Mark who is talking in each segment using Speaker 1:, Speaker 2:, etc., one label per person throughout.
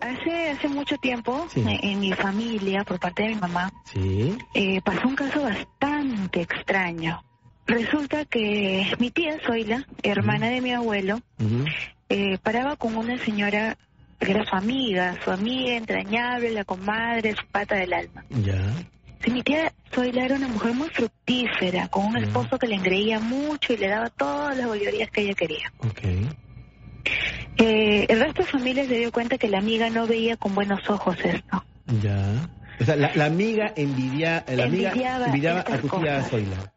Speaker 1: Hace, hace mucho tiempo,
Speaker 2: Sí.
Speaker 1: eh, en mi familia, por parte de mi mamá,
Speaker 2: Sí.
Speaker 1: eh, pasó un caso bastante extraño. Resulta que mi tía Zoila, hermana de mi abuelo,
Speaker 2: ujú,
Speaker 1: eh, paraba con una señora que era su amiga, su amiga entrañable, la comadre, su pata del alma.
Speaker 2: Ya.
Speaker 1: Sí, mi tía Zoila era una mujer muy fructífera, con un
Speaker 2: Ya.
Speaker 1: esposo que le engreía mucho y le daba todas las bollerías que ella quería.
Speaker 2: Ok.
Speaker 1: Eh, el resto de familia se dio cuenta que la amiga no veía con buenos ojos esto.
Speaker 2: Ya. O sea, la, la amiga envidia, la amiga
Speaker 1: Envidiaba
Speaker 2: envidiaba a
Speaker 1: estas
Speaker 2: tu tía
Speaker 1: cosas.
Speaker 2: Zoila.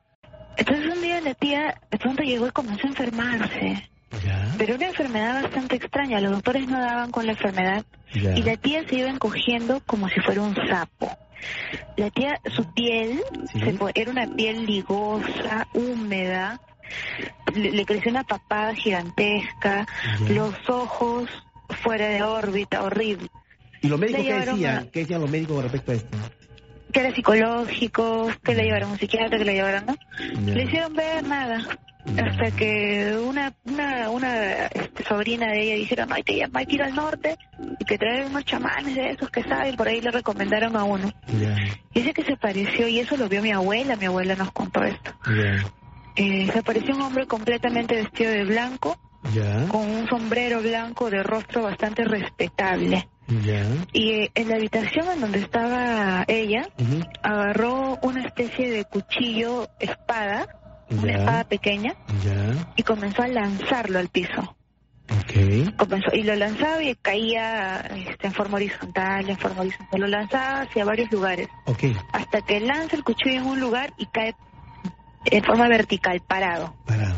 Speaker 1: Entonces un día la tía de pronto llegó y comenzó a enfermarse,
Speaker 2: Ya.
Speaker 1: pero una enfermedad bastante extraña, los doctores no daban con la enfermedad
Speaker 2: Ya.
Speaker 1: y la tía se iba encogiendo como si fuera un sapo. La tía, su piel
Speaker 2: Sí.
Speaker 1: se fue- era una piel ligosa, húmeda, le, le creció una papada gigantesca,
Speaker 2: Ya.
Speaker 1: los ojos fuera de órbita, horrible,
Speaker 2: ¿Y los
Speaker 1: la
Speaker 2: médicos qué
Speaker 1: llevaron
Speaker 2: decían?
Speaker 1: a-
Speaker 2: ¿Qué decían los médicos con respecto a esto?
Speaker 1: que era psicológico, que la llevaron a un psiquiatra, que la llevaron, ¿no?
Speaker 2: Ya.
Speaker 1: Le hicieron ver nada.
Speaker 2: Ya.
Speaker 1: Hasta que una, una, una este, sobrina de ella dijeron, no, hay que, ir- hay que ir al norte y que traer unos chamanes de esos que saben, por ahí le recomendaron a uno.
Speaker 2: Ya.
Speaker 1: Dice que se pareció, y eso lo vio mi abuela, mi abuela nos contó esto.
Speaker 2: Ya.
Speaker 1: Eh, se pareció un hombre completamente vestido de blanco,
Speaker 2: Ya.
Speaker 1: con un sombrero blanco de rostro bastante respetable.
Speaker 2: Ya.
Speaker 1: Y eh, en la habitación en donde estaba ella,
Speaker 2: ujú,
Speaker 1: agarró una especie de cuchillo, espada, una espada
Speaker 2: Ya.
Speaker 1: pequeña,
Speaker 2: Ya.
Speaker 1: y comenzó a lanzarlo al piso.
Speaker 2: Ok.
Speaker 1: Comenzó, y lo lanzaba y caía este, en forma horizontal, en forma horizontal. Lo lanzaba hacia varios lugares,
Speaker 2: Ok.
Speaker 1: hasta que lanza el cuchillo en un lugar y cae en forma vertical, parado.
Speaker 2: Parado.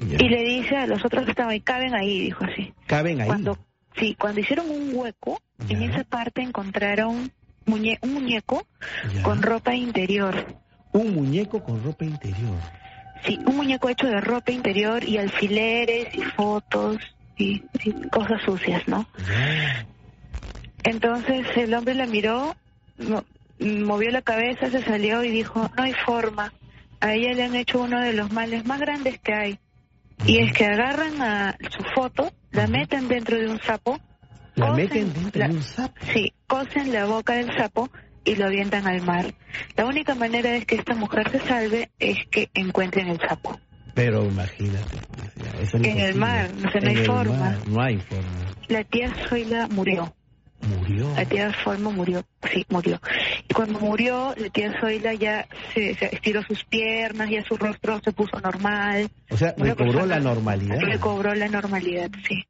Speaker 2: Ya.
Speaker 1: Y le dice a los otros que estaban ahí, caben ahí, dijo así.
Speaker 2: Caben ahí.
Speaker 1: Cuando, sí, cuando hicieron un hueco, en
Speaker 2: Ya.
Speaker 1: esa parte encontraron muñe- un muñeco
Speaker 2: Ya.
Speaker 1: con ropa interior.
Speaker 2: Un muñeco con ropa interior.
Speaker 1: Sí, un muñeco hecho de ropa interior y alfileres y fotos y, y cosas sucias, ¿no?
Speaker 2: Ya.
Speaker 1: Entonces el hombre la miró, mo- movió la cabeza, se salió y dijo, no hay forma. A ella le han hecho uno de los males más grandes que hay. Y es que agarran a su foto, la meten dentro de un sapo,
Speaker 2: La
Speaker 1: cosen
Speaker 2: meten dentro
Speaker 1: la-
Speaker 2: de un sapo.
Speaker 1: sí, cosen la boca del sapo y lo avientan al mar. La única manera es que esta mujer se salve es que encuentren el sapo.
Speaker 2: Pero imagínate. ya, eso no es
Speaker 1: En el
Speaker 2: posible.
Speaker 1: mar, o sea, no
Speaker 2: En
Speaker 1: hay
Speaker 2: el
Speaker 1: forma.
Speaker 2: mar, no hay forma.
Speaker 1: La tía Zoila murió.
Speaker 2: Murió.
Speaker 1: La tía Forma murió, sí, murió. Y cuando murió, la tía Zoila ya se, se estiró sus piernas, ya su rostro se puso normal.
Speaker 2: O sea,
Speaker 1: Una
Speaker 2: recobró
Speaker 1: persona-
Speaker 2: la normalidad.
Speaker 1: Recobró la normalidad, sí.